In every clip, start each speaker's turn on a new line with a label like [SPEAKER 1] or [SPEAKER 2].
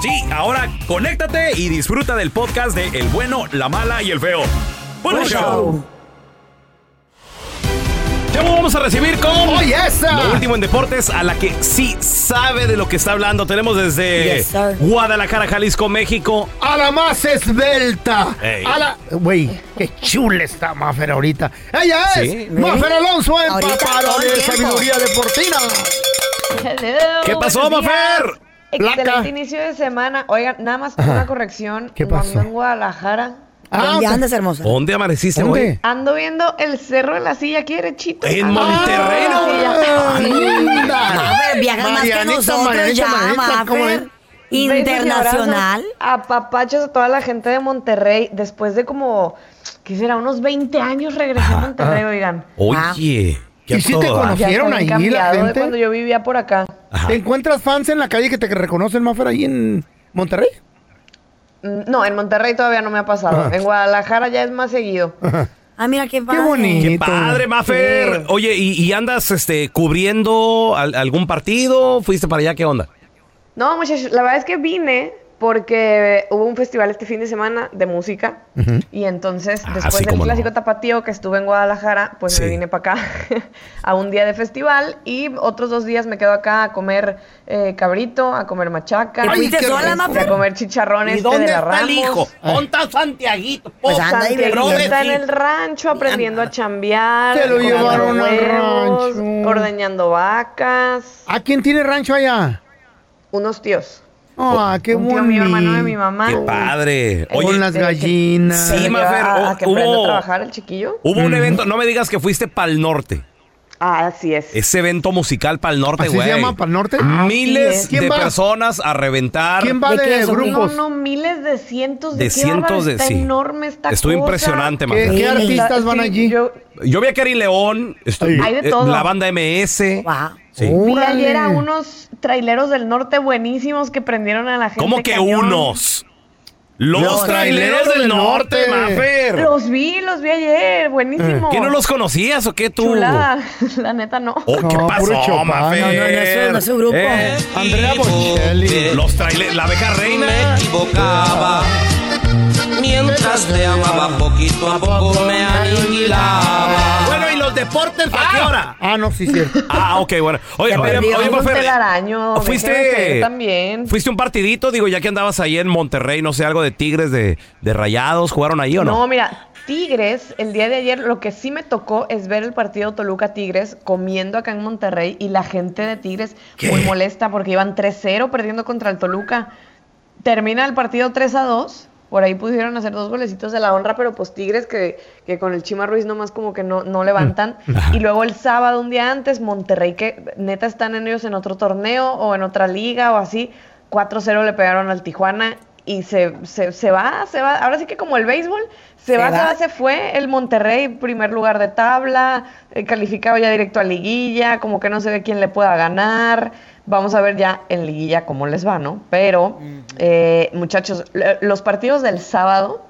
[SPEAKER 1] Sí, ahora conéctate y disfruta del podcast de El bueno, la mala y el feo. Buen show. Ya vamos a recibir con
[SPEAKER 2] Oh, yes, sir.
[SPEAKER 1] lo último en deportes a la que sí sabe de lo que está hablando. Tenemos desde
[SPEAKER 3] Yes, sir.
[SPEAKER 1] Guadalajara, Jalisco, México.
[SPEAKER 2] A la más esbelta.
[SPEAKER 1] Ey.
[SPEAKER 2] A la. Güey, qué chula está Mafer ahorita. Ella es
[SPEAKER 1] Sí.
[SPEAKER 2] Mafer Alonso,
[SPEAKER 3] Ahorita
[SPEAKER 2] empapada
[SPEAKER 3] todo el
[SPEAKER 2] de
[SPEAKER 3] tiempo.
[SPEAKER 2] sabiduría deportina.
[SPEAKER 1] ¿Qué pasó, Mafer?
[SPEAKER 4] Excelente
[SPEAKER 2] Placa.
[SPEAKER 4] inicio de semana. Oigan, nada más una corrección.
[SPEAKER 2] ¿Qué
[SPEAKER 4] No
[SPEAKER 2] pasó?
[SPEAKER 4] Ando en Guadalajara.
[SPEAKER 2] Ah,
[SPEAKER 3] ¿Dónde
[SPEAKER 2] ok.
[SPEAKER 3] andas, hermosa?
[SPEAKER 1] ¿Dónde amaneciste,
[SPEAKER 2] ¿Dónde?
[SPEAKER 1] güey?
[SPEAKER 4] Ando viendo el Cerro de la Silla aquí derechito. Ah,
[SPEAKER 1] En
[SPEAKER 4] Ando viendo
[SPEAKER 1] Monterrey,
[SPEAKER 4] el Cerro de la Silla.
[SPEAKER 2] Ah, linda.
[SPEAKER 3] A ver, viajas más que
[SPEAKER 2] Marianita,
[SPEAKER 3] nosotros
[SPEAKER 2] Marianita,
[SPEAKER 3] ya,
[SPEAKER 2] Marianita, ¿cómo
[SPEAKER 3] Mafer.
[SPEAKER 2] es?
[SPEAKER 3] Internacional.
[SPEAKER 4] Besos y abrazos A papachos a toda la gente de Monterrey. Después de como, ¿qué será? Unos 20 años regresé a Monterrey, oigan.
[SPEAKER 1] Oye, ¿qué
[SPEAKER 2] Ah. ¿Y si te
[SPEAKER 4] Ya
[SPEAKER 2] conocieron
[SPEAKER 4] estoy
[SPEAKER 2] ahí la
[SPEAKER 4] cambiado de
[SPEAKER 2] gente?
[SPEAKER 4] cuando yo vivía por acá.
[SPEAKER 2] ¿Te encuentras fans en la calle que te reconocen, Mafer, ahí en Monterrey?
[SPEAKER 4] Mm, No, en Monterrey todavía no me ha pasado.
[SPEAKER 2] Ajá.
[SPEAKER 4] En Guadalajara ya es más seguido.
[SPEAKER 3] Ah, mira qué padre.
[SPEAKER 2] bonito.
[SPEAKER 1] Qué padre, Mafer.
[SPEAKER 4] Sí.
[SPEAKER 1] Oye, ¿y, y andas este, cubriendo al- algún partido? ¿Fuiste para allá? ¿Qué onda?
[SPEAKER 4] No, muchachos, la verdad es que vine porque hubo un festival este fin de semana de música y entonces
[SPEAKER 1] Ah,
[SPEAKER 4] después
[SPEAKER 1] sí,
[SPEAKER 4] del
[SPEAKER 1] cómo no.
[SPEAKER 4] clásico tapatío que estuve en Guadalajara, pues
[SPEAKER 1] Sí.
[SPEAKER 4] me vine para acá a un día de festival y otros dos días me quedo acá a comer eh, cabrito, a comer machaca,
[SPEAKER 3] ¿Te
[SPEAKER 2] Ay,
[SPEAKER 3] fuiste
[SPEAKER 2] qué
[SPEAKER 3] sola,
[SPEAKER 2] rico.
[SPEAKER 4] a
[SPEAKER 3] Mafer?
[SPEAKER 4] comer chicharrones este de la Ramos.
[SPEAKER 1] ¿Dónde Santiaguito?
[SPEAKER 3] Pues anda ahí,
[SPEAKER 4] Santiago
[SPEAKER 3] brother,
[SPEAKER 4] está en el rancho aprendiendo a chambear,
[SPEAKER 2] Se lo
[SPEAKER 4] comprando
[SPEAKER 2] llevaron al
[SPEAKER 4] huevos,
[SPEAKER 2] rancho.
[SPEAKER 4] ordeñando vacas,
[SPEAKER 2] ¿A quién tiene rancho allá?
[SPEAKER 4] unos tíos.
[SPEAKER 2] Ah, qué
[SPEAKER 4] Oh, un
[SPEAKER 2] bonito.
[SPEAKER 4] tío mío, hermano de mi mamá.
[SPEAKER 1] Qué padre.
[SPEAKER 4] Oye,
[SPEAKER 2] Con las
[SPEAKER 4] este,
[SPEAKER 2] gallinas.
[SPEAKER 4] Se
[SPEAKER 1] Sí,
[SPEAKER 4] lo lleva
[SPEAKER 1] Mafer,
[SPEAKER 4] a,
[SPEAKER 1] o-
[SPEAKER 4] a ah, que aprenda
[SPEAKER 1] hubo-
[SPEAKER 4] a trabajar el chiquillo.
[SPEAKER 1] Hubo un evento, no me digas que fuiste pa'l norte.
[SPEAKER 4] Ah, así es.
[SPEAKER 1] Ese evento musical pa'l norte,
[SPEAKER 2] ¿Así
[SPEAKER 1] güey.
[SPEAKER 2] se llama, pa'l norte?
[SPEAKER 1] Miles
[SPEAKER 4] Así
[SPEAKER 2] es. ¿Quién
[SPEAKER 1] de
[SPEAKER 2] va?
[SPEAKER 1] personas a reventar.
[SPEAKER 2] ¿Quién va
[SPEAKER 3] ¿De
[SPEAKER 2] de,
[SPEAKER 3] qué es, amigo?
[SPEAKER 4] No,
[SPEAKER 2] grupos?
[SPEAKER 4] no, miles de cientos de,
[SPEAKER 1] De
[SPEAKER 4] qué bárbaro,
[SPEAKER 1] cientos de-
[SPEAKER 4] está
[SPEAKER 1] sí.
[SPEAKER 4] enorme esta
[SPEAKER 1] Estuvo
[SPEAKER 4] cosa.
[SPEAKER 1] impresionante,
[SPEAKER 2] ¿Qué,
[SPEAKER 1] Mafer.
[SPEAKER 2] qué
[SPEAKER 3] Sí,
[SPEAKER 2] artistas
[SPEAKER 4] Está-
[SPEAKER 2] van
[SPEAKER 4] sí,
[SPEAKER 2] allí?
[SPEAKER 4] yo-
[SPEAKER 1] Yo vi a Karim León, estu-
[SPEAKER 2] Sí.
[SPEAKER 4] Hay de
[SPEAKER 1] eh,
[SPEAKER 4] todo.
[SPEAKER 1] la banda MS.
[SPEAKER 3] Wow.
[SPEAKER 1] Sí.
[SPEAKER 4] vi
[SPEAKER 2] Órale.
[SPEAKER 4] ayer a unos traileros del norte buenísimos que prendieron a la gente.
[SPEAKER 1] ¿Cómo que
[SPEAKER 4] cañón.
[SPEAKER 1] unos? Los,
[SPEAKER 2] Los
[SPEAKER 1] traileros del norte, Mafer.
[SPEAKER 4] Los vi, los vi ayer, buenísimo.
[SPEAKER 1] ¿Qué no los conocías o qué tú?
[SPEAKER 4] Chulada, la neta no.
[SPEAKER 1] Oh, ¿Qué
[SPEAKER 2] No, puro
[SPEAKER 1] pasó,
[SPEAKER 2] Chopin.
[SPEAKER 1] Mafer? Eh,
[SPEAKER 2] No, no,
[SPEAKER 3] no es su- no es su grupo.
[SPEAKER 2] Andrea Bocelli.
[SPEAKER 1] los traileros, la abeja reina.
[SPEAKER 5] Me equivocaba. Mientras te amaba poquito a poco me aniquilaba.
[SPEAKER 1] Bueno, ¿y los deportes para qué hora?
[SPEAKER 2] Ah, no, sí, cierto.
[SPEAKER 1] Ah, ok, bueno. Oye,
[SPEAKER 3] Ya
[SPEAKER 1] oye,
[SPEAKER 3] perdí,
[SPEAKER 1] oye,
[SPEAKER 3] algún
[SPEAKER 1] Mafer, eh,
[SPEAKER 4] telaraño, déjeme
[SPEAKER 1] ¿Fuiste,
[SPEAKER 4] ser también.
[SPEAKER 1] ¿Fuiste un partidito? Digo, ya que andabas ahí en Monterrey, no sé, algo de Tigres, de, de Rayados, ¿jugaron ahí o no?
[SPEAKER 4] No, mira, Tigres, el día de ayer lo que sí me tocó es ver el partido Toluca Tigres comiendo acá en Monterrey y la gente de Tigres muy molesta porque iban 3-0 perdiendo contra el Toluca. Termina el partido 3 a 2. Por ahí pudieron hacer dos golecitos de la honra, pero pues Tigres que, que con el Chima Ruiz nomás como que no, no levantan. Y luego el sábado, un día antes, Monterrey, que neta están en ellos en otro torneo o en otra liga o así. 4-0 le pegaron al Tijuana y se, se, se va, se va. Ahora sí que como el béisbol, se,
[SPEAKER 3] ¿Se
[SPEAKER 4] va,
[SPEAKER 3] va?
[SPEAKER 4] se va, se fue. El Monterrey, primer lugar de tabla, eh, calificado ya directo a liguilla, como que no se ve quién le pueda ganar. Vamos a ver ya en liguilla cómo les va, ¿no? Pero, eh, muchachos, l- los partidos del sábado,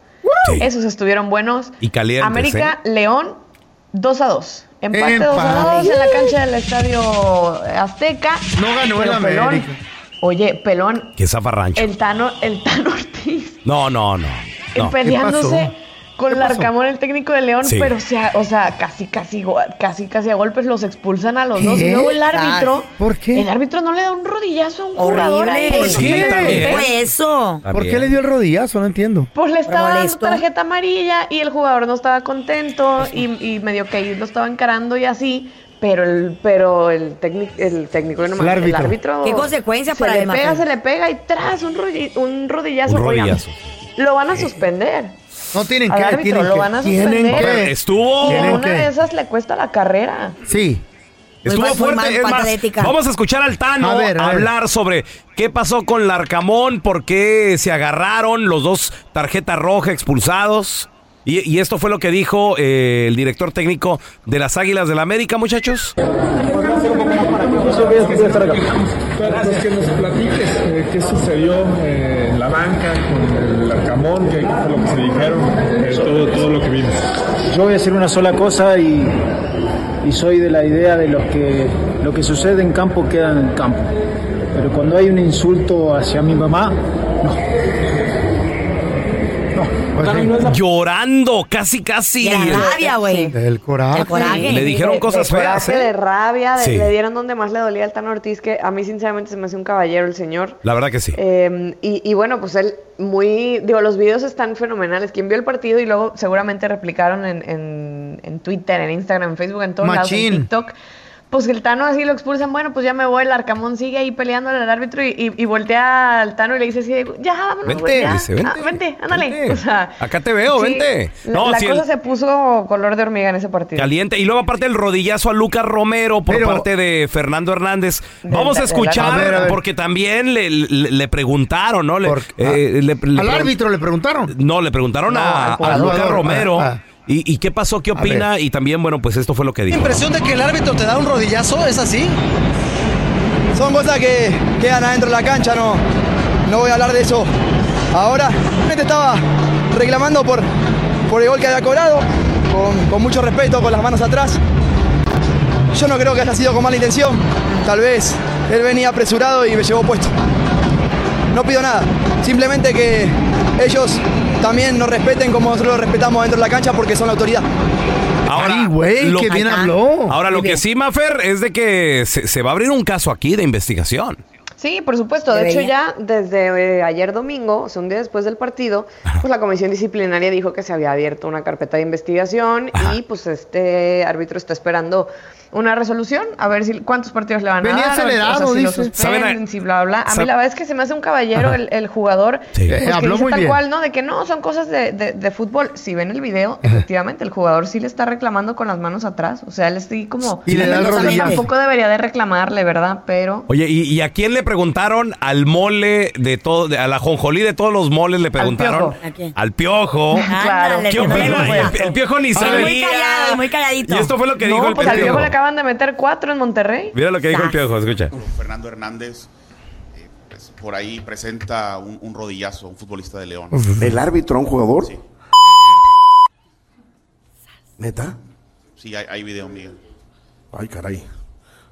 [SPEAKER 1] Sí.
[SPEAKER 4] esos estuvieron buenos.
[SPEAKER 1] Y calientes, ¿eh?
[SPEAKER 4] América, León, 2 a 2. Empate 2 a
[SPEAKER 2] Empate.
[SPEAKER 4] 2 en la cancha del Estadio Azteca.
[SPEAKER 2] No ganó el
[SPEAKER 4] Pero Pelón,
[SPEAKER 2] América.
[SPEAKER 4] Oye, Pelón,
[SPEAKER 1] Qué zafarrancho.
[SPEAKER 4] el Tano, el Tano Ortiz
[SPEAKER 1] No, no, no. no.
[SPEAKER 4] peleándose
[SPEAKER 2] pasó?
[SPEAKER 4] con
[SPEAKER 2] ¿Qué pasó?
[SPEAKER 4] Larcamón, el técnico de León,
[SPEAKER 1] Sí.
[SPEAKER 4] pero o sea, o sea, casi, casi, go- casi, casi a golpes los expulsan a los
[SPEAKER 2] ¿Qué?
[SPEAKER 4] dos. Y luego el árbitro,
[SPEAKER 2] Ay, ¿por qué?
[SPEAKER 4] el árbitro no le da un rodillazo a un jugador ahí. Pues,
[SPEAKER 3] Horrible.
[SPEAKER 1] ¿Por qué?
[SPEAKER 3] ¿Qué fue eso?
[SPEAKER 2] ¿Por qué le dio el rodillazo? No entiendo.
[SPEAKER 4] Pues le estaba dando
[SPEAKER 3] Molesto.
[SPEAKER 4] tarjeta amarilla y el jugador no estaba contento y, y medio que ahí lo estaba encarando y así. Pero el, pero el técnico, el técnico, no
[SPEAKER 2] El
[SPEAKER 4] mames,
[SPEAKER 2] árbitro.
[SPEAKER 4] el árbitro.
[SPEAKER 3] ¿Qué consecuencia
[SPEAKER 4] se
[SPEAKER 3] para
[SPEAKER 4] le
[SPEAKER 3] el
[SPEAKER 4] pega,
[SPEAKER 3] Mafer?
[SPEAKER 4] se le pega y tras un, rodi- un rodillazo.
[SPEAKER 1] Un
[SPEAKER 4] Oigan,
[SPEAKER 1] rodillazo.
[SPEAKER 4] lo van a suspender.
[SPEAKER 2] No tienen
[SPEAKER 4] Al
[SPEAKER 2] que,
[SPEAKER 4] árbitro
[SPEAKER 2] tienen
[SPEAKER 4] lo
[SPEAKER 2] que.
[SPEAKER 4] van a
[SPEAKER 2] tienen
[SPEAKER 4] suspender.
[SPEAKER 2] que.
[SPEAKER 1] Estuvo.
[SPEAKER 4] Y en
[SPEAKER 2] ¿Tienen
[SPEAKER 4] una
[SPEAKER 2] qué?
[SPEAKER 4] de esas le cuesta la carrera.
[SPEAKER 2] Sí.
[SPEAKER 1] Estuvo
[SPEAKER 3] mal- fue
[SPEAKER 1] fuerte.
[SPEAKER 3] mal
[SPEAKER 1] es
[SPEAKER 3] falta
[SPEAKER 1] más,
[SPEAKER 3] de ética.
[SPEAKER 1] vamos a escuchar al Tano
[SPEAKER 2] A ver, a ver.
[SPEAKER 1] hablar sobre qué pasó con Larcamón, por qué se agarraron los dos tarjeta roja expulsados. Y, y esto fue lo que dijo eh, el director técnico de las Águilas del América, muchachos.
[SPEAKER 6] Pues que nos platiques eh, qué sucedió eh, en la banca con el arcamón, qué qué fue lo que se dijeron, eh, todo, todo lo que vimos.
[SPEAKER 7] Yo voy a decir una sola cosa y, y soy de la idea de los que lo que sucede en campo queda en el campo. Pero cuando hay un insulto hacia mi mamá,
[SPEAKER 1] Llorando, casi, casi.
[SPEAKER 3] De la rabia, güey.
[SPEAKER 2] El
[SPEAKER 3] El
[SPEAKER 2] coraje.
[SPEAKER 3] coraje.
[SPEAKER 1] Le dijeron cosas
[SPEAKER 4] de
[SPEAKER 1] feas.
[SPEAKER 4] coraje,
[SPEAKER 1] ¿eh?
[SPEAKER 4] De rabia, de-
[SPEAKER 1] Sí.
[SPEAKER 4] le dieron donde más le dolía al Tano Ortiz, que a mí sinceramente se me hace un caballero el señor.
[SPEAKER 1] La verdad que sí.
[SPEAKER 4] Eh, y, y bueno, pues él muy, digo, los videos están fenomenales. Quien vio el partido y luego seguramente replicaron en, en- en Twitter, en Instagram, en Facebook, en todos lados,
[SPEAKER 2] Machín.
[SPEAKER 4] en TikTok. Pues el Tano así lo expulsan, bueno, pues ya me voy, el Arcamón sigue ahí peleando al árbitro y, y- y voltea al Tano y le dice así, de, ya, vámonos,
[SPEAKER 1] Vente,
[SPEAKER 4] güey, ya.
[SPEAKER 1] dice, vente,
[SPEAKER 4] Ah, vente, ándale.
[SPEAKER 1] vente.
[SPEAKER 4] O sea,
[SPEAKER 1] Acá te veo, vente.
[SPEAKER 4] la-
[SPEAKER 1] No,
[SPEAKER 4] la
[SPEAKER 1] si el-
[SPEAKER 4] cosa se puso color de hormiga en ese partido.
[SPEAKER 1] Caliente. Y luego aparte el rodillazo a Lucas Romero por
[SPEAKER 2] Pero-
[SPEAKER 1] parte de Fernando Hernández.
[SPEAKER 4] Del-
[SPEAKER 1] Vamos a
[SPEAKER 4] del- del-
[SPEAKER 1] escuchar,
[SPEAKER 2] A ver, a ver.
[SPEAKER 1] porque también le, le- le preguntaron, ¿no? Le,
[SPEAKER 2] Por- ah,
[SPEAKER 1] eh, le- le
[SPEAKER 2] Al
[SPEAKER 1] pregun-
[SPEAKER 2] árbitro le preguntaron.
[SPEAKER 1] No, le preguntaron a,
[SPEAKER 2] No, al
[SPEAKER 1] a Lucas
[SPEAKER 2] jugador,
[SPEAKER 1] Romero.
[SPEAKER 2] ah, ah.
[SPEAKER 1] ¿Y, y qué pasó? ¿Qué opina? Y también, bueno, pues esto fue lo que dijo.
[SPEAKER 8] impresión de que el árbitro te da un rodillazo es así? Son cosas que quedan adentro de la cancha, no, no voy a hablar de eso. Ahora, gente estaba reclamando por, por el gol que había cobrado, con, con mucho respeto, con las manos atrás. Yo no creo que haya sido con mala intención. Tal vez él venía apresurado y me llevó puesto. No pido nada, simplemente que ellos también nos respeten como nosotros los respetamos dentro de la cancha porque son la autoridad.
[SPEAKER 1] Ahora,
[SPEAKER 2] Ay, güey,
[SPEAKER 1] lo, ah,
[SPEAKER 2] qué bien
[SPEAKER 3] Acá.
[SPEAKER 2] habló.
[SPEAKER 1] ahora lo que sí, Mafer, es de que se, se va a abrir un caso aquí de investigación.
[SPEAKER 4] Sí, por supuesto. De hecho, ya desde eh, ayer domingo, o sea, un día después del partido, pues la comisión disciplinaria dijo que se había abierto una carpeta de investigación y pues este árbitro está esperando una resolución, a ver si cuántos partidos le van
[SPEAKER 2] Venía
[SPEAKER 4] a dar, a ver,
[SPEAKER 2] acelerado,
[SPEAKER 4] si lo
[SPEAKER 2] dice.
[SPEAKER 4] suspenden,
[SPEAKER 1] ¿Saben a-
[SPEAKER 4] si bla bla. A mí
[SPEAKER 1] sab-
[SPEAKER 4] la verdad es que se me hace un caballero el, el jugador
[SPEAKER 1] Sí.
[SPEAKER 4] pues,
[SPEAKER 2] Eh,
[SPEAKER 4] que
[SPEAKER 2] habló
[SPEAKER 4] dice
[SPEAKER 2] muy
[SPEAKER 4] tal
[SPEAKER 2] bien.
[SPEAKER 4] cual, ¿no? De que no, son cosas de, de- de fútbol. Si ven el video, efectivamente, el jugador sí le está reclamando con las manos atrás. O sea, él sí como...
[SPEAKER 2] Y le da el
[SPEAKER 4] o sea,
[SPEAKER 2] rodillazo.
[SPEAKER 4] Tampoco debería de reclamarle, ¿verdad? Pero...
[SPEAKER 1] Oye, ¿y, y a quién le preguntaron? Al mole de todo, de- a la jonjolí de todos los moles le preguntaron.
[SPEAKER 3] Piojo. ¿A quién? Ah,
[SPEAKER 1] Al piojo.
[SPEAKER 4] Claro.
[SPEAKER 3] Ándale,
[SPEAKER 1] ¿Qué
[SPEAKER 3] que no le
[SPEAKER 1] opina?
[SPEAKER 3] gusta.
[SPEAKER 1] El, el piojo ni
[SPEAKER 3] Sí,
[SPEAKER 1] sabía.
[SPEAKER 3] pues. muy callado, muy calladito.
[SPEAKER 1] Y esto fue lo que
[SPEAKER 4] no,
[SPEAKER 1] dijo el
[SPEAKER 4] pues al
[SPEAKER 1] piojo.
[SPEAKER 4] Piojo le acaban de meter cuatro en Monterrey.
[SPEAKER 1] Mira lo que dijo el
[SPEAKER 3] Sas.
[SPEAKER 1] piojo, escucha.
[SPEAKER 9] Fernando Hernández eh, pues, por ahí presenta un, un rodillazo a un futbolista de León.
[SPEAKER 10] ¿El árbitro a un jugador?
[SPEAKER 9] Sí.
[SPEAKER 10] ¿Neta?
[SPEAKER 9] Sí, hay, hay video, Miguel.
[SPEAKER 10] Ay, caray.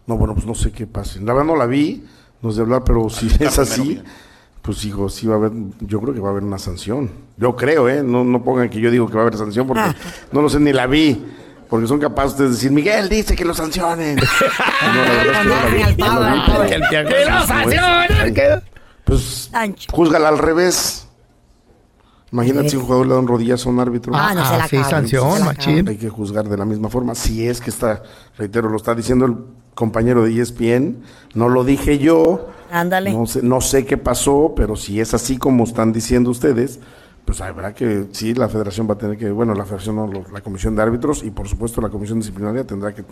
[SPEAKER 10] No, bueno, pues no sé qué pase. La verdad no la vi, no sé hablar, pero si
[SPEAKER 9] está
[SPEAKER 10] es así,
[SPEAKER 9] primero, mira.
[SPEAKER 10] pues hijo, sí va a haber, yo creo que va a haber una sanción. Yo creo, ¿eh? No, no pongan que yo digo que va a haber sanción porque no lo sé ni la vi. Porque son capaces de decir, Miguel dice que lo sancionen. no, la verdad es que no la vi, no la vi, pero-
[SPEAKER 2] ¡Que lo sancionen! que-
[SPEAKER 10] Pues
[SPEAKER 3] Sancho.
[SPEAKER 10] júzgala al revés. Imagínate si un jugador le da un rodillazo a un árbitro.
[SPEAKER 3] Ah, no, se la
[SPEAKER 2] Ah, sí,
[SPEAKER 3] acaban,
[SPEAKER 2] sanción,
[SPEAKER 3] se la
[SPEAKER 2] machín.
[SPEAKER 3] acaban.
[SPEAKER 10] Hay que juzgar de la misma forma. Si es que está, reitero, lo está diciendo el compañero de E ESPN, no lo dije yo.
[SPEAKER 3] Ándale.
[SPEAKER 10] No sé, no sé qué pasó, pero si es así como están diciendo ustedes, pues habrá que, sí, la federación va a tener que, bueno, la federación no, lo- la comisión de árbitros y por supuesto la comisión disciplinaria tendrá que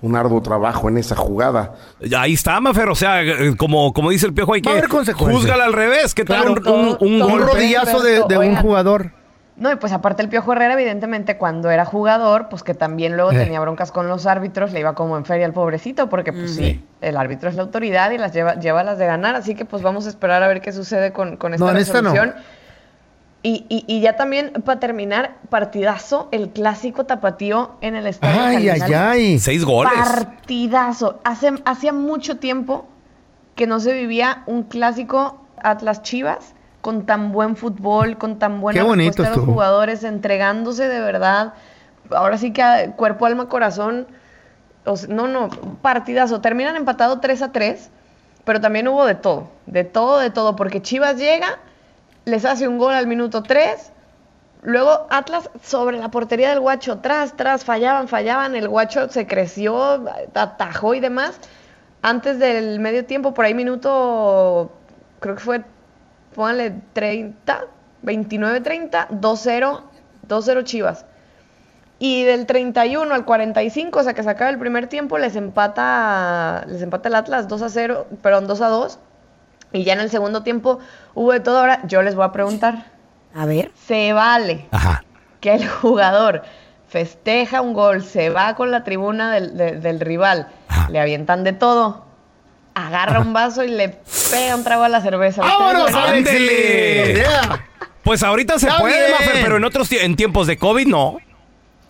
[SPEAKER 10] un arduo trabajo en esa jugada.
[SPEAKER 1] Ahí está, Mafer. O sea, eh, como, como dice el piojo, hay
[SPEAKER 2] Va a
[SPEAKER 1] que
[SPEAKER 2] haber consecuencias.
[SPEAKER 1] júzgala al revés. ¿Qué tal
[SPEAKER 4] Claro,
[SPEAKER 1] un,
[SPEAKER 4] todo-
[SPEAKER 1] un- un
[SPEAKER 4] todo
[SPEAKER 2] Un
[SPEAKER 1] golpe?
[SPEAKER 2] rodillazo de, de un
[SPEAKER 4] Oigan.
[SPEAKER 2] jugador.
[SPEAKER 4] No, y pues aparte el Piojo Herrera, evidentemente, cuando era jugador, pues que también luego
[SPEAKER 2] Eh.
[SPEAKER 4] tenía broncas con los árbitros, le iba como en feria al pobrecito, porque pues sí, el árbitro es la autoridad y las lleva, lleva las de ganar, así que pues vamos a esperar a ver qué sucede con, con esta
[SPEAKER 2] No, en esta no.
[SPEAKER 4] resolución. Y, y- y ya también, para terminar, partidazo, el clásico tapatío en el estadio.
[SPEAKER 2] Ay, ay,
[SPEAKER 4] Jalisco.
[SPEAKER 2] ay.
[SPEAKER 1] Seis goles.
[SPEAKER 4] Partidazo. Hace, hacía mucho tiempo que no se vivía un clásico Atlas Chivas con tan buen fútbol, con tan buena
[SPEAKER 2] Qué bonito
[SPEAKER 4] respuesta de los
[SPEAKER 2] estuvo.
[SPEAKER 4] jugadores, entregándose de verdad. Ahora sí que ah, cuerpo, alma, corazón. O sea, no, no, partidazo. Terminan empatado 3 a 3, pero también hubo de todo, de todo, de todo, porque Chivas llega, les hace un gol al minuto 3, Luego Atlas sobre la portería del guacho, tras, tras, fallaban, fallaban, el guacho se creció, atajó y demás. Antes del medio tiempo, por ahí minuto, creo que fue, pónganle 30, 29-30, 2-0, 2-0 Chivas. Y del 31 al 45, o sea que se acaba el primer tiempo, les empata, les empata el Atlas 2 a 0, perdón, 2 a 2. Y ya en el segundo tiempo hubo de todo. Ahora yo les voy a preguntar.
[SPEAKER 3] A ver.
[SPEAKER 4] Se vale
[SPEAKER 1] Ajá.
[SPEAKER 4] que el jugador festeja un gol, se va con la tribuna del, de- del rival, le avientan de todo, agarra un vaso y le pega un trago a la cerveza. ¿Ustedes lo harían?
[SPEAKER 1] ¡Ándele!
[SPEAKER 4] Yeah.
[SPEAKER 1] Pues ahorita se
[SPEAKER 4] Está
[SPEAKER 1] puede,
[SPEAKER 4] bien.
[SPEAKER 1] Mafer, pero en otros tie- en tiempos de COVID no.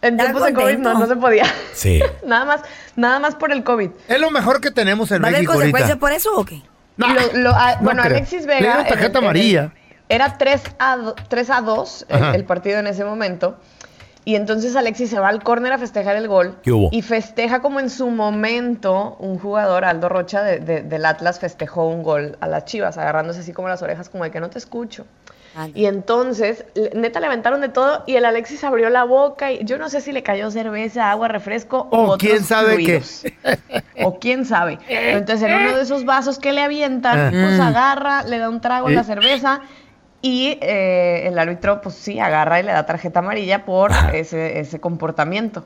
[SPEAKER 4] En tiempos de COVID no,
[SPEAKER 3] contento.
[SPEAKER 4] no se podía.
[SPEAKER 1] Sí.
[SPEAKER 4] Nada más, nada más por el COVID.
[SPEAKER 2] Es lo mejor que tenemos en
[SPEAKER 3] ¿Va a haber
[SPEAKER 2] México
[SPEAKER 3] consecuencias
[SPEAKER 2] ahorita.
[SPEAKER 3] por eso o qué?
[SPEAKER 4] Lo- lo- ah,
[SPEAKER 2] No
[SPEAKER 4] bueno,
[SPEAKER 2] creo.
[SPEAKER 4] Alexis
[SPEAKER 2] Le
[SPEAKER 4] Vega.
[SPEAKER 2] dieron tarjeta
[SPEAKER 4] en el- en el-
[SPEAKER 2] amarilla.
[SPEAKER 4] Era 3 a, do- 3 a 2 el,
[SPEAKER 2] Ajá.
[SPEAKER 4] el partido en ese momento. Y entonces Alexis se va al córner a festejar el gol.
[SPEAKER 1] ¿Qué hubo?
[SPEAKER 4] Y festeja como en su momento un jugador, Aldo Rocha de- de- del Atlas, festejó un gol a las chivas, agarrándose así como las orejas, como de que no te escucho. Y entonces, le- neta, le aventaron de todo y el Alexis abrió la boca y yo no sé si le cayó cerveza, agua, refresco o
[SPEAKER 2] O quién sabe qué.
[SPEAKER 4] o quién sabe. Pero Entonces, en uno de esos vasos que le avientan,
[SPEAKER 2] Ah. Eh.
[SPEAKER 4] pues
[SPEAKER 2] Mm.
[SPEAKER 4] agarra, le da un trago a
[SPEAKER 2] Sí.
[SPEAKER 4] la cerveza y eh, el árbitro, pues sí, agarra y le da tarjeta amarilla por
[SPEAKER 2] Ah.
[SPEAKER 4] ese, ese comportamiento.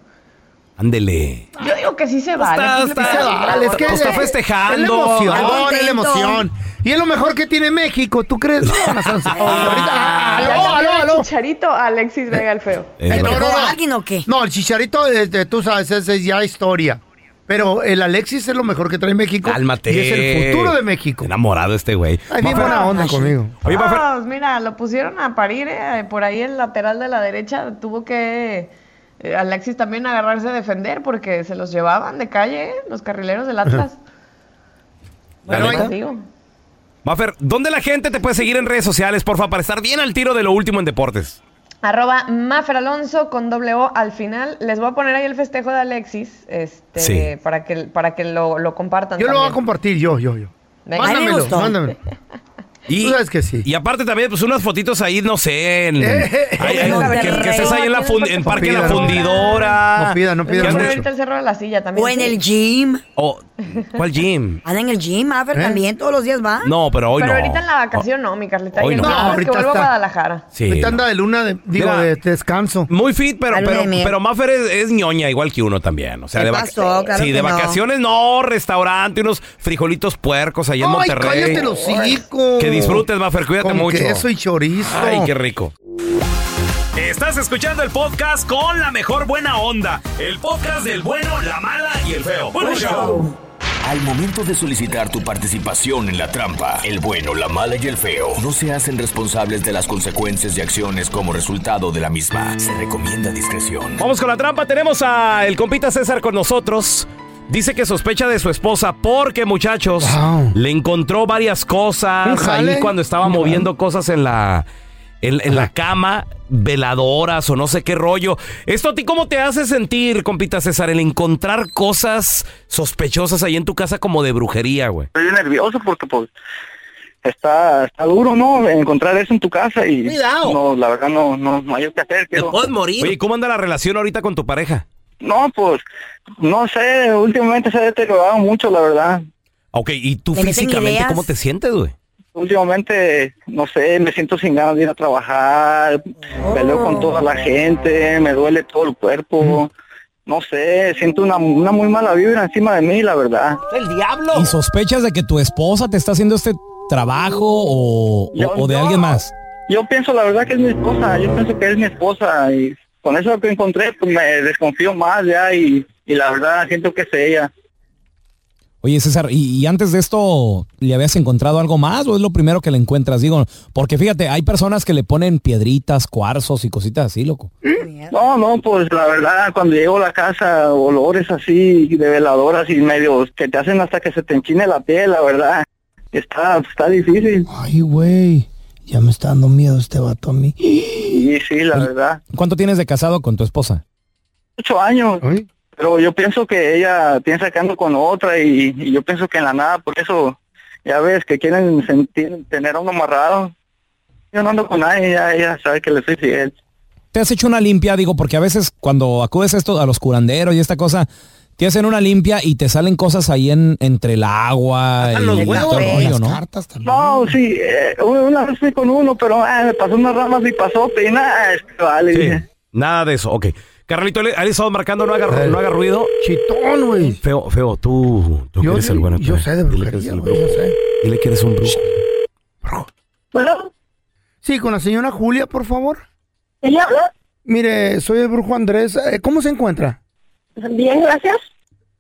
[SPEAKER 1] Ándele.
[SPEAKER 4] Yo digo que sí se vale.
[SPEAKER 1] Está-
[SPEAKER 4] pues, le
[SPEAKER 1] está-
[SPEAKER 4] pica la
[SPEAKER 1] está-
[SPEAKER 4] bola.
[SPEAKER 1] es que- está festejando.
[SPEAKER 2] Es la emoción,
[SPEAKER 1] Está
[SPEAKER 2] es la
[SPEAKER 1] contento.
[SPEAKER 2] emoción. Y es lo mejor que tiene México, ¿tú crees? No, ahorita-
[SPEAKER 4] Ah, Ya
[SPEAKER 2] ah, aló,
[SPEAKER 4] cambió
[SPEAKER 2] aló,
[SPEAKER 4] el
[SPEAKER 2] aló.
[SPEAKER 4] Chicharito a Alexis Vega el feo.
[SPEAKER 2] Eh, no, no, no.
[SPEAKER 3] alguien o qué?
[SPEAKER 2] No, el chicharito, este, tú sabes, esa es ya historia. Pero el Alexis es lo mejor que trae México.
[SPEAKER 1] Cálmate.
[SPEAKER 2] Y es el futuro de México.
[SPEAKER 1] Enamorado este güey.
[SPEAKER 2] Ay, bien
[SPEAKER 1] Mafer-
[SPEAKER 2] buena onda conmigo.
[SPEAKER 1] Oye, Mafer,
[SPEAKER 4] Ah, pues mira, lo pusieron a parir, eh, por ahí el lateral de la derecha tuvo que eh, Alexis también agarrarse a defender porque se los llevaban de calle eh, los carrileros del Atlas.
[SPEAKER 1] ¿La
[SPEAKER 4] Bueno,
[SPEAKER 1] neta?
[SPEAKER 4] pues digo,
[SPEAKER 1] Mafer, ¿dónde la gente te puede seguir en redes sociales, porfa, para estar bien al tiro de lo último en deportes?
[SPEAKER 4] Arroba Mafer Alonso con doble O al final. Les voy a poner ahí el festejo de Alexis este,
[SPEAKER 2] Sí.
[SPEAKER 4] para que, para que lo, lo compartan.
[SPEAKER 2] Yo lo voy a
[SPEAKER 4] también.
[SPEAKER 2] compartir, yo, yo, yo.
[SPEAKER 4] Venga. A mí me
[SPEAKER 2] Mándamelo,
[SPEAKER 4] gustó.
[SPEAKER 2] mándamelo.
[SPEAKER 1] Y,
[SPEAKER 2] Tú sabes que sí.
[SPEAKER 1] Y aparte también, pues unas fotitos ahí, no sé, en,
[SPEAKER 2] Eh, eh,
[SPEAKER 1] ahí-
[SPEAKER 2] eh,
[SPEAKER 1] ahí-
[SPEAKER 2] no,
[SPEAKER 1] que,
[SPEAKER 2] no,
[SPEAKER 1] que estés ahí en, la
[SPEAKER 4] no,
[SPEAKER 1] fun-
[SPEAKER 4] no,
[SPEAKER 1] en
[SPEAKER 4] no,
[SPEAKER 1] Parque
[SPEAKER 2] no
[SPEAKER 1] La
[SPEAKER 2] pidan, no.
[SPEAKER 1] Fundidora.
[SPEAKER 2] No pidan, no pidan
[SPEAKER 4] Voy
[SPEAKER 1] Que
[SPEAKER 4] a
[SPEAKER 1] andes-
[SPEAKER 4] poner ahorita el cerro de la silla también.
[SPEAKER 3] O en
[SPEAKER 4] sí.
[SPEAKER 3] el gym.
[SPEAKER 1] Oh, ¿Cuál gym?
[SPEAKER 3] Anda en el gym, a ver,
[SPEAKER 1] ¿Eh?
[SPEAKER 3] también todos los días va.
[SPEAKER 1] No, pero hoy
[SPEAKER 4] Pero
[SPEAKER 1] no.
[SPEAKER 4] ahorita en la vacación no, mi Carlita.
[SPEAKER 1] Hoy
[SPEAKER 4] y el
[SPEAKER 1] no.
[SPEAKER 4] viernes
[SPEAKER 1] No,
[SPEAKER 4] que
[SPEAKER 1] ahorita
[SPEAKER 4] vuelvo
[SPEAKER 1] está-
[SPEAKER 4] a Guadalajara.
[SPEAKER 1] Sí,
[SPEAKER 2] Ahorita
[SPEAKER 1] no.
[SPEAKER 2] anda de luna de, digo,
[SPEAKER 1] Mira.
[SPEAKER 2] de descanso.
[SPEAKER 1] Oh, Muy fit, pero,
[SPEAKER 2] La luna
[SPEAKER 1] pero,
[SPEAKER 2] de miel.
[SPEAKER 1] pero Maffer es, es ñoña igual que uno también. O sea,
[SPEAKER 2] ¿Qué
[SPEAKER 1] de vaca-
[SPEAKER 2] pasó? Claro
[SPEAKER 1] Sí,
[SPEAKER 2] que
[SPEAKER 1] de
[SPEAKER 2] no.
[SPEAKER 1] vacaciones no, restaurante, unos frijolitos puercos allá en
[SPEAKER 2] Ay,
[SPEAKER 1] Monterrey.
[SPEAKER 2] cállate el hocico.
[SPEAKER 1] Que disfrutes, Maffer, cuídate
[SPEAKER 2] Con
[SPEAKER 1] mucho.
[SPEAKER 2] queso y chorizo.
[SPEAKER 1] Ay, qué rico. Estás escuchando el podcast con la mejor buena onda. El podcast del bueno, la mala y el feo. Bueno, show.
[SPEAKER 11] Al momento de solicitar tu participación en la trampa, el bueno, la mala y el feo no se hacen responsables de las consecuencias y acciones como resultado de la misma. Se recomienda discreción.
[SPEAKER 1] Vamos con la trampa. Tenemos a el compita César con nosotros. Dice que sospecha de su esposa porque, muchachos, le encontró varias
[SPEAKER 2] ¿Un
[SPEAKER 1] cosas
[SPEAKER 2] jale?
[SPEAKER 1] ahí cuando estaba moviendo cosas en la en, en la cama, veladoras o no sé qué rollo. ¿Esto a ti cómo te hace sentir, compita César, el encontrar cosas sospechosas ahí en tu casa como de brujería, güey?
[SPEAKER 12] Estoy nervioso porque pues está, está duro, ¿no? Encontrar eso en tu casa y
[SPEAKER 1] Cuidado.
[SPEAKER 12] no, la verdad no, no, no hay que hacer. Quiero...
[SPEAKER 1] Oye, ¿y ¿cómo anda la relación ahorita con tu pareja?
[SPEAKER 12] No, pues no sé, últimamente se ha deteriorado mucho, la verdad.
[SPEAKER 1] Ok, ¿y tú
[SPEAKER 12] Le meten
[SPEAKER 1] físicamente
[SPEAKER 12] ideas.
[SPEAKER 1] cómo te sientes, güey?
[SPEAKER 12] Últimamente, no sé, me siento sin ganas de ir a trabajar, peleo con toda la gente, me duele todo el cuerpo. No sé, siento una, una muy mala vibra encima de mí, la verdad.
[SPEAKER 1] ¡El diablo! ¿Y sospechas de que tu esposa te está haciendo este trabajo o,
[SPEAKER 12] Yo- o de yo- alguien más? Yo pienso la verdad que es mi esposa, yo pienso que es mi esposa y con eso que encontré pues me desconfío más ya y, y la verdad siento que es ella.
[SPEAKER 13] Oye, César, ¿y, y antes de esto le habías encontrado algo más o es lo primero que le encuentras? Digo, porque fíjate, hay personas que le ponen piedritas, cuarzos y cositas así, loco.
[SPEAKER 12] No, no, pues la verdad cuando llego a la casa olores así de veladoras y medios que te hacen hasta que se te enchine la piel, la verdad. Está, está difícil.
[SPEAKER 7] Ay, güey, ya me está dando miedo este vato a mí.
[SPEAKER 12] Y sí, la verdad.
[SPEAKER 13] ¿Cuánto tienes de casado con tu esposa?
[SPEAKER 12] Ocho años. Pero yo pienso que ella piensa que ando con otra y, y yo pienso que en la nada, por eso ya ves que quieren sentir, tener a uno amarrado. Yo no ando con nadie, ella, ella sabe que le soy fiel.
[SPEAKER 13] ¿Te has hecho una limpia? Digo, porque a veces cuando acudes a esto, a los curanderos y esta cosa, te hacen una limpia y te salen cosas ahí en, entre el agua. y todo el rollo, ¿no?
[SPEAKER 12] No, sí, eh, una vez fui con uno, pero ah, me pasó unas ramas y pasó, y nada, este, vale.
[SPEAKER 1] Nada de eso, ok. Carlito, él, él estaba marcando, no haga, ru- no haga ruido.
[SPEAKER 2] Chitón, güey.
[SPEAKER 1] Feo, feo, tú, tú
[SPEAKER 2] Yo
[SPEAKER 1] eres
[SPEAKER 2] sí,
[SPEAKER 1] el bueno.
[SPEAKER 2] yo
[SPEAKER 1] tú,
[SPEAKER 2] sé de
[SPEAKER 1] dile que eres el
[SPEAKER 2] brujería, güey,
[SPEAKER 1] brujo.
[SPEAKER 2] yo sé.
[SPEAKER 1] Dile que eres un brujo.
[SPEAKER 2] Bueno. Sí, con la señora Julia, por favor.
[SPEAKER 14] ¿Ella habla?
[SPEAKER 2] Mire, soy el brujo Andrés. Eh, ¿Cómo se encuentra?
[SPEAKER 14] Bien, gracias.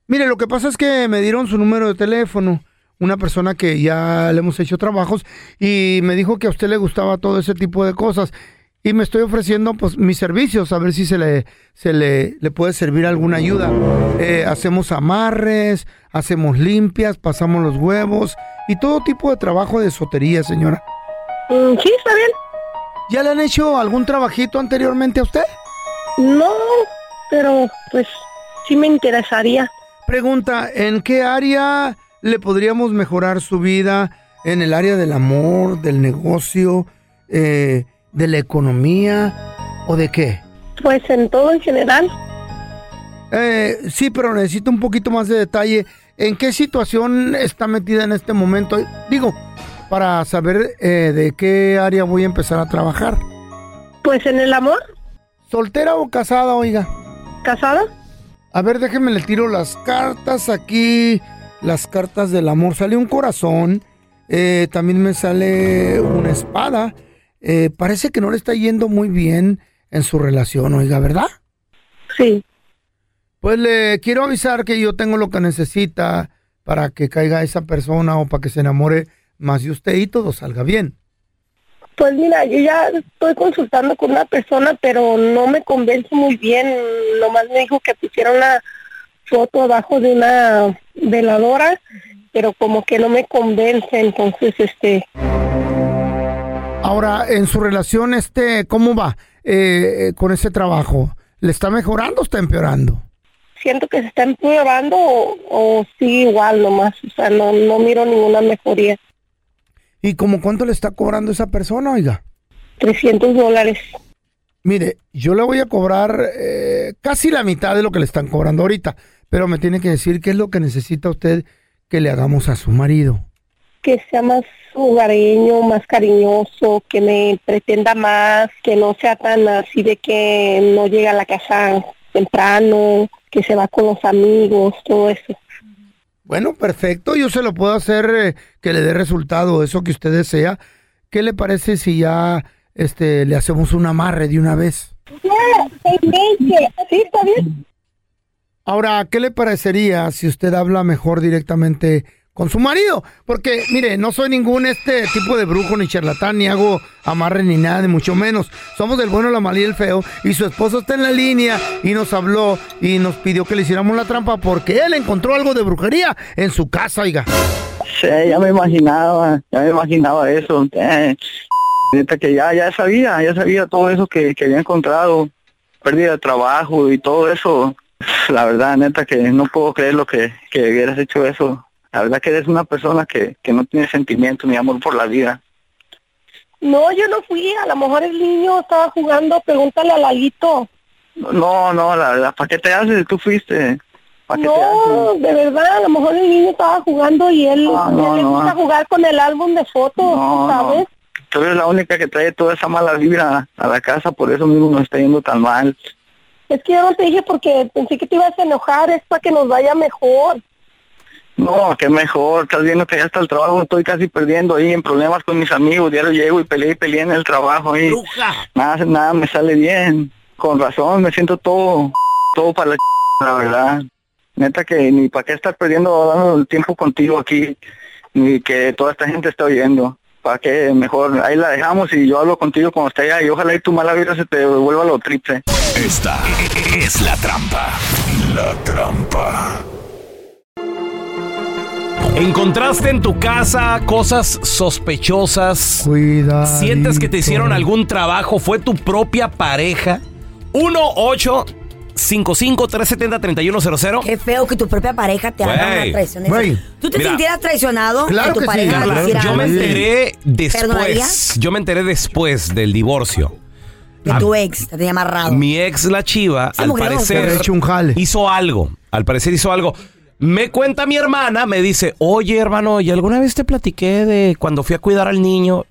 [SPEAKER 2] Mire, lo que pasa es que me dieron su número de teléfono. Una persona que ya le hemos hecho trabajos y me dijo que a usted le gustaba todo ese tipo de cosas. Y me estoy ofreciendo pues mis servicios, a ver si se le, se le, le puede servir alguna ayuda. Eh, hacemos amarres, hacemos limpias, pasamos los huevos y todo tipo de trabajo de sotería, señora.
[SPEAKER 14] Mm, sí, está bien.
[SPEAKER 2] ¿Ya le han hecho algún trabajito anteriormente a usted?
[SPEAKER 14] No, pero pues sí me interesaría.
[SPEAKER 2] Pregunta, ¿en qué área le podríamos mejorar su vida? ¿En el área del amor, del negocio, eh, de la economía o de qué?
[SPEAKER 14] Pues en todo en general.
[SPEAKER 2] Eh, sí, pero necesito un poquito más de detalle. ¿En qué situación está metida en este momento? Digo, para saber eh, de qué área voy a empezar a trabajar.
[SPEAKER 14] Pues en el amor.
[SPEAKER 2] ¿Soltera o casada, oiga?
[SPEAKER 14] ¿Casada?
[SPEAKER 2] A ver, déjeme le tiro las cartas aquí. Las cartas del amor. Sale un corazón. eh, también me sale una espada. Eh, parece que no le está yendo muy bien en su relación, oiga, ¿verdad?
[SPEAKER 14] Sí.
[SPEAKER 2] Pues le quiero avisar que yo tengo lo que necesita para que caiga esa persona o para que se enamore más de usted y todo salga bien.
[SPEAKER 14] Pues mira, yo ya estoy consultando con una persona, pero no me convence muy bien. Nomás me dijo que pusiera una foto abajo de una veladora, pero como que no me convence, entonces este...
[SPEAKER 2] Ahora, en su relación, este, ¿cómo va eh, eh, con ese trabajo? ¿Le está mejorando o está empeorando?
[SPEAKER 14] siento que se está empeorando o, o sí igual nomás, o sea, no, no miro ninguna mejoría.
[SPEAKER 2] ¿Y como cuánto le está cobrando esa persona, oiga?
[SPEAKER 14] 300 dólares.
[SPEAKER 2] Mire, yo le voy a cobrar eh, casi la mitad de lo que le están cobrando ahorita, pero me tiene que decir qué es lo que necesita usted que le hagamos a su marido.
[SPEAKER 14] Que sea más hogareño, más cariñoso, que me pretenda más, que no sea tan así de que no llega a la casa temprano, que se va con los amigos, todo eso.
[SPEAKER 2] Bueno, perfecto, yo se lo puedo hacer eh, que le dé resultado eso que usted desea. ¿Qué le parece si ya este, le hacemos un amarre de una vez?
[SPEAKER 14] Sí, está bien.
[SPEAKER 2] Ahora, ¿qué le parecería si usted habla mejor directamente con su marido? Porque, mire, no soy ningún este tipo de brujo ni charlatán, ni hago amarre ni nada, ni mucho menos. Somos del bueno, la mala y el feo. Y su esposo está en la línea y nos habló y nos pidió que le hiciéramos la trampa porque él encontró algo de brujería en su casa, oiga.
[SPEAKER 12] Sí, ya me imaginaba, ya me imaginaba eso. Eh, neta que ya, ya sabía, ya sabía todo eso que, que había encontrado. Pérdida de trabajo y todo eso. La verdad, neta que no puedo creer lo que, que hubieras hecho eso. La verdad que eres una persona que, que no tiene sentimiento ni amor por la vida.
[SPEAKER 14] No, yo no fui, a lo mejor el niño estaba jugando, pregúntale a Lalito.
[SPEAKER 12] No, no, la verdad, ¿para qué te haces? Tú fuiste. ¿Para qué te
[SPEAKER 14] No,
[SPEAKER 12] haces?
[SPEAKER 14] de verdad, a lo mejor el niño estaba jugando y él,
[SPEAKER 12] Ah, no,
[SPEAKER 14] él le
[SPEAKER 12] no.
[SPEAKER 14] gusta jugar con el álbum de fotos,
[SPEAKER 12] No,
[SPEAKER 14] ¿tú ¿sabes?
[SPEAKER 12] no. Tú eres la única que trae toda esa mala vibra a la casa, por eso mismo nos está yendo tan mal.
[SPEAKER 14] Es que yo no te dije porque pensé que te ibas a enojar, es para que nos vaya mejor.
[SPEAKER 12] No, qué mejor, estás viendo que ya hasta el trabajo estoy casi perdiendo ahí en problemas con mis amigos, diario llego y peleé y peleé en el trabajo ahí. Nada, nada me sale bien, con razón, me siento todo, todo para la ch- la verdad. Neta que ni para qué estar perdiendo dando el tiempo contigo aquí, ni que toda esta gente está oyendo. Para que mejor, ahí la dejamos y yo hablo contigo cuando esté allá y ojalá y tu mala vida se te devuelva lo triple.
[SPEAKER 11] Esta es la trampa. La trampa.
[SPEAKER 1] ¿Encontraste en tu casa cosas sospechosas? ¿Sientes que te hicieron algún trabajo? ¿Fue tu propia pareja? 1 8 55 370 3100
[SPEAKER 3] Qué feo que tu propia pareja te haga
[SPEAKER 1] Güey.
[SPEAKER 3] una traición. de esas.
[SPEAKER 1] Güey.
[SPEAKER 3] ¿Tú te
[SPEAKER 1] Mira.
[SPEAKER 3] sintieras traicionado?
[SPEAKER 1] Claro
[SPEAKER 3] que tu
[SPEAKER 1] que sí,
[SPEAKER 3] pareja
[SPEAKER 1] Carla,
[SPEAKER 3] hiciera
[SPEAKER 1] yo me
[SPEAKER 3] algo?
[SPEAKER 1] enteré
[SPEAKER 3] ¿Perdonarías?
[SPEAKER 1] después. Yo me enteré después del divorcio.
[SPEAKER 3] Que
[SPEAKER 1] A-
[SPEAKER 3] tu ex te tenía amarrado.
[SPEAKER 1] Mi ex, la chiva,
[SPEAKER 3] Esa
[SPEAKER 1] al
[SPEAKER 3] mujer
[SPEAKER 1] parecer
[SPEAKER 3] babosa. Hecho
[SPEAKER 1] hizo algo. Al parecer hizo algo. Me cuenta mi hermana, me dice, oye hermano, ¿y alguna vez te platiqué de cuando fui a cuidar al niño?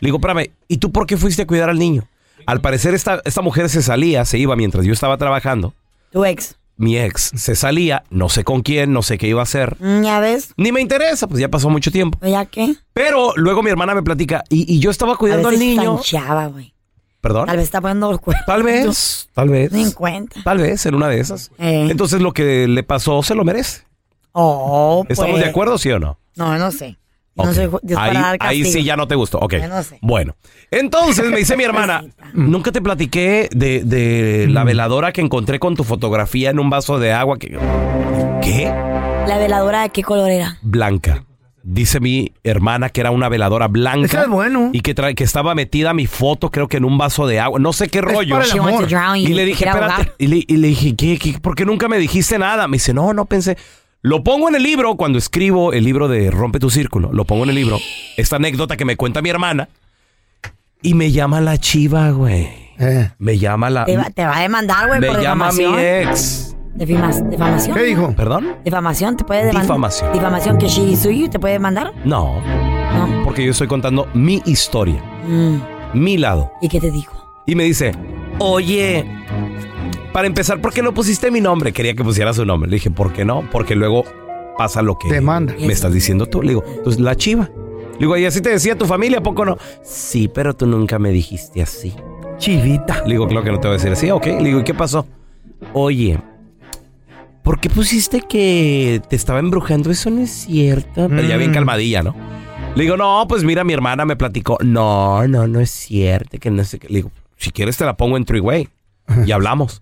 [SPEAKER 1] Le digo, espérame, ¿y tú por qué fuiste a cuidar al niño? Al parecer esta, esta mujer se salía, se iba mientras yo estaba trabajando.
[SPEAKER 3] Tu ex.
[SPEAKER 1] Mi ex se salía, no sé con quién, no sé qué iba a hacer.
[SPEAKER 3] Mm, Ya ves.
[SPEAKER 1] Ni me interesa, pues ya pasó mucho tiempo.
[SPEAKER 3] ¿Ya qué?
[SPEAKER 1] Pero luego mi hermana me platica, y, y yo estaba cuidando
[SPEAKER 3] A
[SPEAKER 1] al
[SPEAKER 3] veces
[SPEAKER 1] niño.
[SPEAKER 3] tan chava, güey.
[SPEAKER 1] Perdón.
[SPEAKER 3] Tal vez está poniendo los cuernos.
[SPEAKER 1] Tal vez, tal vez.
[SPEAKER 3] No en cuenta.
[SPEAKER 1] Tal vez en una de esas.
[SPEAKER 3] Eh.
[SPEAKER 1] Entonces lo que le pasó se lo merece.
[SPEAKER 3] Oh,
[SPEAKER 1] ¿Estamos
[SPEAKER 3] pues.
[SPEAKER 1] de acuerdo, sí o no?
[SPEAKER 3] No, no sé. Yo No soy ju- Dios
[SPEAKER 1] Ahí,
[SPEAKER 3] para dar
[SPEAKER 1] ahí
[SPEAKER 3] castigo.
[SPEAKER 1] sí ya no te gustó. Ok.
[SPEAKER 3] Yo no sé.
[SPEAKER 1] Bueno. Entonces me dice mi hermana, "Mm, nunca te platiqué de,
[SPEAKER 3] Mm.
[SPEAKER 1] de la veladora que encontré con tu fotografía en un vaso de agua. Que... ¿Qué?
[SPEAKER 3] La veladora de qué color era.
[SPEAKER 1] Blanca. Dice mi hermana que era una veladora blanca.
[SPEAKER 3] Ese es
[SPEAKER 2] bueno.
[SPEAKER 1] Y que, tra- que estaba metida mi foto, creo que en un vaso de agua. No sé qué rollo.
[SPEAKER 3] para el She amor. wanted to drown you.
[SPEAKER 1] Y le
[SPEAKER 3] Te
[SPEAKER 1] dije,
[SPEAKER 3] quiere
[SPEAKER 1] espérate.
[SPEAKER 3] ahogar.
[SPEAKER 1] Y le, y le dije, ¿qué, qué? por qué nunca me dijiste nada? Me dice, no, no pensé. Lo pongo en el libro, cuando escribo el libro de Rompe tu Círculo, lo pongo en el libro. Esta anécdota que me cuenta mi hermana. Y me llama la chiva, güey.
[SPEAKER 2] Eh.
[SPEAKER 1] Me llama la...
[SPEAKER 3] Te va, te va a demandar, güey,
[SPEAKER 1] me
[SPEAKER 3] por
[SPEAKER 1] llama mi
[SPEAKER 3] difamación.
[SPEAKER 1] ex.
[SPEAKER 3] Difamas- difamación.
[SPEAKER 1] ¿Perdón?
[SPEAKER 3] Difamación, te puede demandar.
[SPEAKER 1] Difamación.
[SPEAKER 3] Difamación que she suyu te puede demandar.
[SPEAKER 1] No. Porque yo estoy contando mi historia.
[SPEAKER 3] Mm,
[SPEAKER 1] Mi lado.
[SPEAKER 3] ¿Y qué te dijo?
[SPEAKER 1] Y me dice, oye, para empezar, ¿por qué no pusiste mi nombre? Quería que pusiera su nombre. Le dije, ¿por qué no? Porque luego pasa lo que me estás diciendo tú. Le digo, entonces la chiva. Le digo, ¿y así te decía tu familia? ¿A poco no? Sí, pero tú nunca me dijiste así. Chivita. Le digo, claro que no te voy a decir así. Ok. Le digo, ¿y qué pasó? Oye, ¿por qué pusiste que te estaba embrujando? Eso no es cierto. Pero ya bien
[SPEAKER 15] Mm.
[SPEAKER 1] calmadilla, ¿no? Le digo, no, pues mira, mi hermana me platicó. No, no, no es cierto. Que no sé qué. Le digo, si quieres te la pongo en three way. Y hablamos.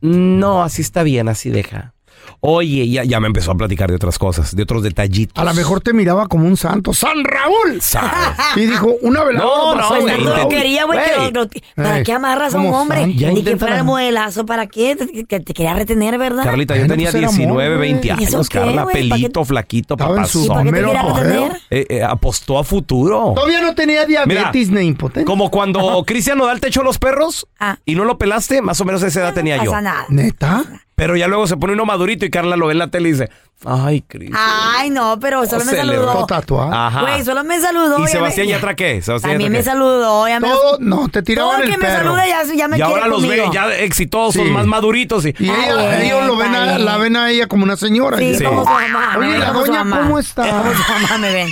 [SPEAKER 1] No, así está bien, así deja. Oye, y ya, ya me empezó a platicar de otras cosas, de otros detallitos.
[SPEAKER 2] A lo mejor te miraba como un santo. ¡San Raúl! Y dijo, una
[SPEAKER 1] No,
[SPEAKER 2] veladora.
[SPEAKER 1] no,
[SPEAKER 2] pasó,
[SPEAKER 1] güey,
[SPEAKER 2] San
[SPEAKER 1] intent-
[SPEAKER 2] Raúl.
[SPEAKER 3] Quería, güey, que
[SPEAKER 1] Güey.
[SPEAKER 3] lo- lo- ¿Para
[SPEAKER 1] Ey,
[SPEAKER 3] qué amarras a un
[SPEAKER 1] ¿cómo
[SPEAKER 3] hombre?
[SPEAKER 1] saben? Ya
[SPEAKER 3] Ni que
[SPEAKER 1] intentan-
[SPEAKER 3] fuera el modelazo, ¿para qué? Te, te- te quería retener, ¿verdad?
[SPEAKER 1] Carlita, yo tenía 19, 20 años, Carla, pelito, flaquito,
[SPEAKER 2] Estaba en su
[SPEAKER 1] papazón.
[SPEAKER 2] mero ¿Y para qué te apogeo. quería
[SPEAKER 1] Eh, eh, apostó a futuro.
[SPEAKER 2] Todavía no tenía diabetes
[SPEAKER 1] Mira,
[SPEAKER 2] ni impotencia.
[SPEAKER 1] Como cuando Cristian Nodal te echó los perros y no lo pelaste, más o menos esa edad tenía yo.
[SPEAKER 3] Ah. pasa nada.
[SPEAKER 2] ¿Neta?
[SPEAKER 1] Pero ya luego se pone uno madurito y Carla lo ve en la tele y dice, ay, Cris.
[SPEAKER 3] Ay, no, pero Ah, solo me
[SPEAKER 1] se le
[SPEAKER 3] saludó.
[SPEAKER 1] dejó tatuar. Ajá.
[SPEAKER 3] Güey, solo me saludó.
[SPEAKER 1] Y
[SPEAKER 3] ya
[SPEAKER 1] Sebastián
[SPEAKER 3] me-
[SPEAKER 1] ya traqué. Sebastián
[SPEAKER 3] También
[SPEAKER 1] ya
[SPEAKER 3] me
[SPEAKER 1] traqué.
[SPEAKER 3] saludó. Ya me
[SPEAKER 2] Todo- no, te tiraban
[SPEAKER 3] Todo
[SPEAKER 2] el
[SPEAKER 3] que me
[SPEAKER 2] perro.
[SPEAKER 3] saluda ya, ya me
[SPEAKER 1] Y
[SPEAKER 3] quiere
[SPEAKER 1] ahora los
[SPEAKER 3] conmigo. Ah,
[SPEAKER 1] ve ya exitosos,
[SPEAKER 2] Sí.
[SPEAKER 1] más maduritos. Y,
[SPEAKER 2] Y ella-
[SPEAKER 1] Ay,
[SPEAKER 2] ellos lo ven a-
[SPEAKER 1] está
[SPEAKER 2] la
[SPEAKER 1] bien.
[SPEAKER 2] ven a ella como una señora.
[SPEAKER 1] Sí,
[SPEAKER 2] Y-
[SPEAKER 1] como su mamá,
[SPEAKER 2] Oye,
[SPEAKER 1] ¿no?
[SPEAKER 2] la
[SPEAKER 1] Como su
[SPEAKER 2] doña,
[SPEAKER 1] mamá.
[SPEAKER 2] ¿cómo está?
[SPEAKER 3] Como su mamá me ven.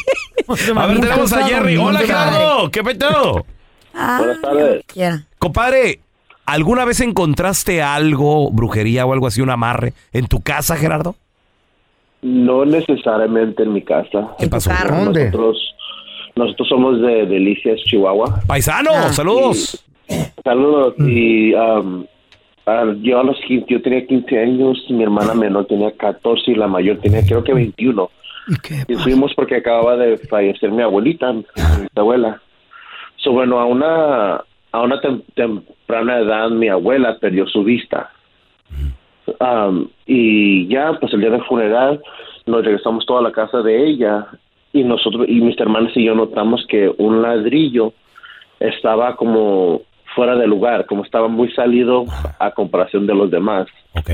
[SPEAKER 1] A ver, tenemos a Jerry. Hola,
[SPEAKER 3] Madre.
[SPEAKER 1] Gerardo. ¿Qué peteo?
[SPEAKER 3] Ah, quiera.
[SPEAKER 1] Compadre, ¿alguna vez encontraste algo, brujería o algo así, un amarre, en tu casa, Gerardo?
[SPEAKER 16] No necesariamente en mi casa.
[SPEAKER 1] ¿Qué pasó?
[SPEAKER 16] ¿Dónde? Nosotros, nosotros somos de Delicias, Chihuahua.
[SPEAKER 1] Paisano,
[SPEAKER 2] Ah,
[SPEAKER 1] saludos.
[SPEAKER 16] Saludos. Y um, ah, yo a los 15, yo tenía 15 años, mi hermana menor tenía 14 y la mayor tenía creo que 21. Y fuimos porque acababa de fallecer mi abuelita, mi abuela. So, bueno, a una, a una tem- temprana edad mi abuela perdió su vista. Um, y ya, pues el día del funeral nos regresamos toda la casa de ella y nosotros y mis hermanos y yo notamos que un ladrillo estaba como fuera de lugar, como estaba muy salido a comparación de los demás.
[SPEAKER 1] Ok.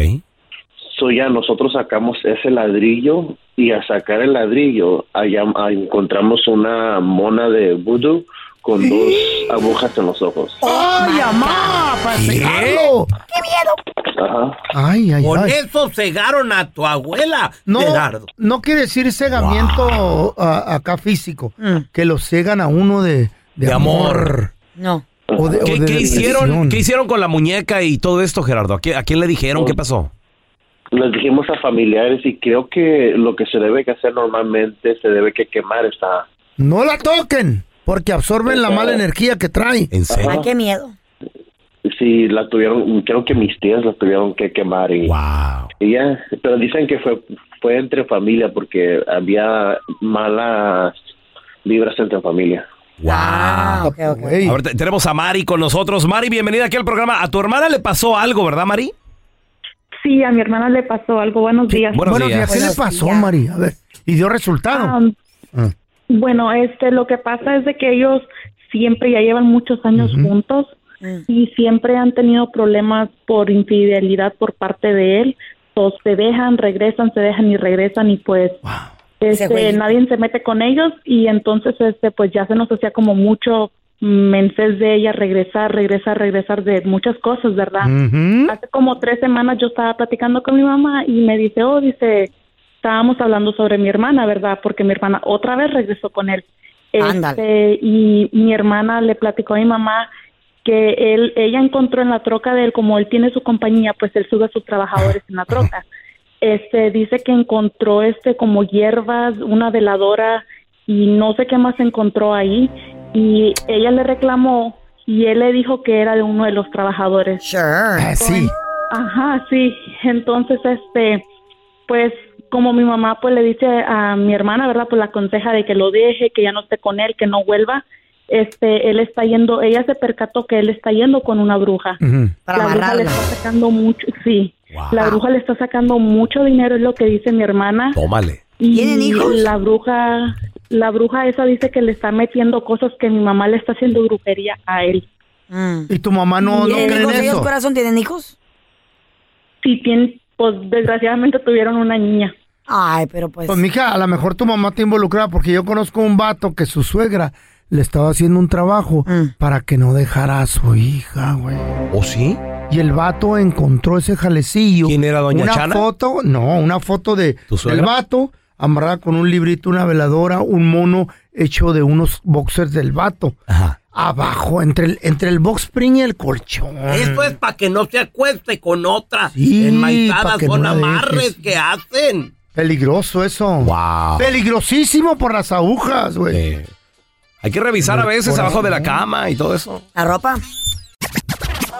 [SPEAKER 16] So ya nosotros sacamos ese ladrillo y al sacar el ladrillo allá, ah, encontramos una mona de vudú con dos agujas en los ojos.
[SPEAKER 2] ¡Ay, mamá! ¡Para cegarlo!
[SPEAKER 16] Ajá.
[SPEAKER 2] Ay, ay, ay.
[SPEAKER 17] eso cegaron a tu abuela,
[SPEAKER 2] No,
[SPEAKER 17] Gerardo.
[SPEAKER 2] no quiere decir cegamiento a- acá físico, que lo cegan a uno de, de amor.
[SPEAKER 3] No.
[SPEAKER 2] O de- o
[SPEAKER 1] ¿Qué,
[SPEAKER 2] de
[SPEAKER 1] qué hicieron,
[SPEAKER 2] depresión.
[SPEAKER 1] qué hicieron con la muñeca y todo esto, Gerardo? ¿A quién, a quién le dijeron? ¿Qué pasó?
[SPEAKER 16] Les dijimos a familiares y creo que lo que se debe que hacer normalmente se debe que quemar esta
[SPEAKER 2] No la toquen, porque absorben la mala energía que trae.
[SPEAKER 1] ¿En
[SPEAKER 16] serio? Ay, qué
[SPEAKER 3] miedo.
[SPEAKER 16] Sí, la tuvieron, creo que mis tías la tuvieron que quemar y, y ya, pero dicen que fue fue entre familia porque había malas vibras entre familia.
[SPEAKER 2] Ah,
[SPEAKER 1] Wow. A ver, te- tenemos a Mari con nosotros. Mari, bienvenida aquí al programa. A tu hermana le pasó algo, ¿verdad, Mari?
[SPEAKER 18] Sí, a mi hermana le pasó algo. Buenos días.
[SPEAKER 1] buenos Buenos días. días.
[SPEAKER 2] ¿Qué le pasó, Mari? A ver, y dio resultado.
[SPEAKER 18] Um, Bueno, este, lo que pasa es de que ellos siempre ya llevan muchos años juntos y siempre han tenido problemas por infidelidad por parte de él. Todos se dejan, regresan, se dejan y regresan y pues
[SPEAKER 3] Ese
[SPEAKER 18] este,
[SPEAKER 3] güey.
[SPEAKER 18] nadie se mete con ellos y entonces este, pues ya se nos hacía como mucho menses de ella regresar, regresar, regresar de muchas cosas, ¿verdad?
[SPEAKER 15] Ujú.
[SPEAKER 18] Hace como tres semanas yo estaba platicando con mi mamá y me dice, oh, dice, estábamos hablando sobre mi hermana, ¿verdad? Porque mi hermana otra vez regresó con él.
[SPEAKER 3] Ándale.
[SPEAKER 18] Este, y mi hermana le platicó a mi mamá que él, ella encontró en la troca de él, como él tiene su compañía, pues él sube a sus trabajadores en la troca. Este, dice que encontró este como hierbas, una veladora y no sé qué más encontró ahí. Y ella le reclamó y él le dijo que era de uno de los trabajadores.
[SPEAKER 15] sí.
[SPEAKER 18] Ajá, sí. Entonces, este, pues como mi mamá pues le dice a mi hermana, ¿verdad? Pues la aconseja de que lo deje, que ya no esté con él, que no vuelva. Este, él está yendo, ella se percató que él está yendo con una bruja. la bruja le está sacando mucho, sí. La bruja le está sacando mucho dinero, es lo que dice mi hermana.
[SPEAKER 1] Tómale.
[SPEAKER 18] Y
[SPEAKER 1] ¿Tienen hijos?
[SPEAKER 18] La bruja, la bruja esa dice que le está metiendo cosas que mi mamá le está haciendo brujería a él.
[SPEAKER 3] Mm.
[SPEAKER 2] ¿Y tu mamá Ah, no, no
[SPEAKER 18] ¿Tienen
[SPEAKER 2] cree en
[SPEAKER 18] hijos ellos,
[SPEAKER 2] eso?
[SPEAKER 18] corazón?
[SPEAKER 3] ¿Corazón tienen hijos?
[SPEAKER 18] Sí, tienen, pues desgraciadamente tuvieron una niña.
[SPEAKER 3] Ay, pero pues.
[SPEAKER 2] Pues, mija, a lo mejor tu mamá te involucraba porque yo conozco un vato que su suegra le estaba haciendo un trabajo
[SPEAKER 1] Mm.
[SPEAKER 2] para que no dejara a su hija, güey.
[SPEAKER 1] ¿O ¿Oh, sí?
[SPEAKER 2] Y el vato encontró ese jalecillo. ¿Quién era
[SPEAKER 1] doña
[SPEAKER 2] una
[SPEAKER 1] Chana?
[SPEAKER 2] foto, no, una foto de
[SPEAKER 1] suegra?
[SPEAKER 2] del vato amarrada con un librito, una veladora, un mono hecho de unos boxers del vato. Abajo, entre el, entre el box spring y el colchón.
[SPEAKER 17] Eso es para que no se acueste con otras.
[SPEAKER 2] Sí, pa'
[SPEAKER 17] Enmaizadas
[SPEAKER 2] que
[SPEAKER 17] son
[SPEAKER 2] no la
[SPEAKER 17] amarres
[SPEAKER 2] dejes.
[SPEAKER 17] que hacen.
[SPEAKER 2] Peligroso eso.
[SPEAKER 1] Wow.
[SPEAKER 2] Peligrosísimo por las agujas, güey.
[SPEAKER 1] eh. Hay que revisar a veces
[SPEAKER 2] Corazón.
[SPEAKER 1] abajo de la cama y todo eso.
[SPEAKER 3] ¿La ropa?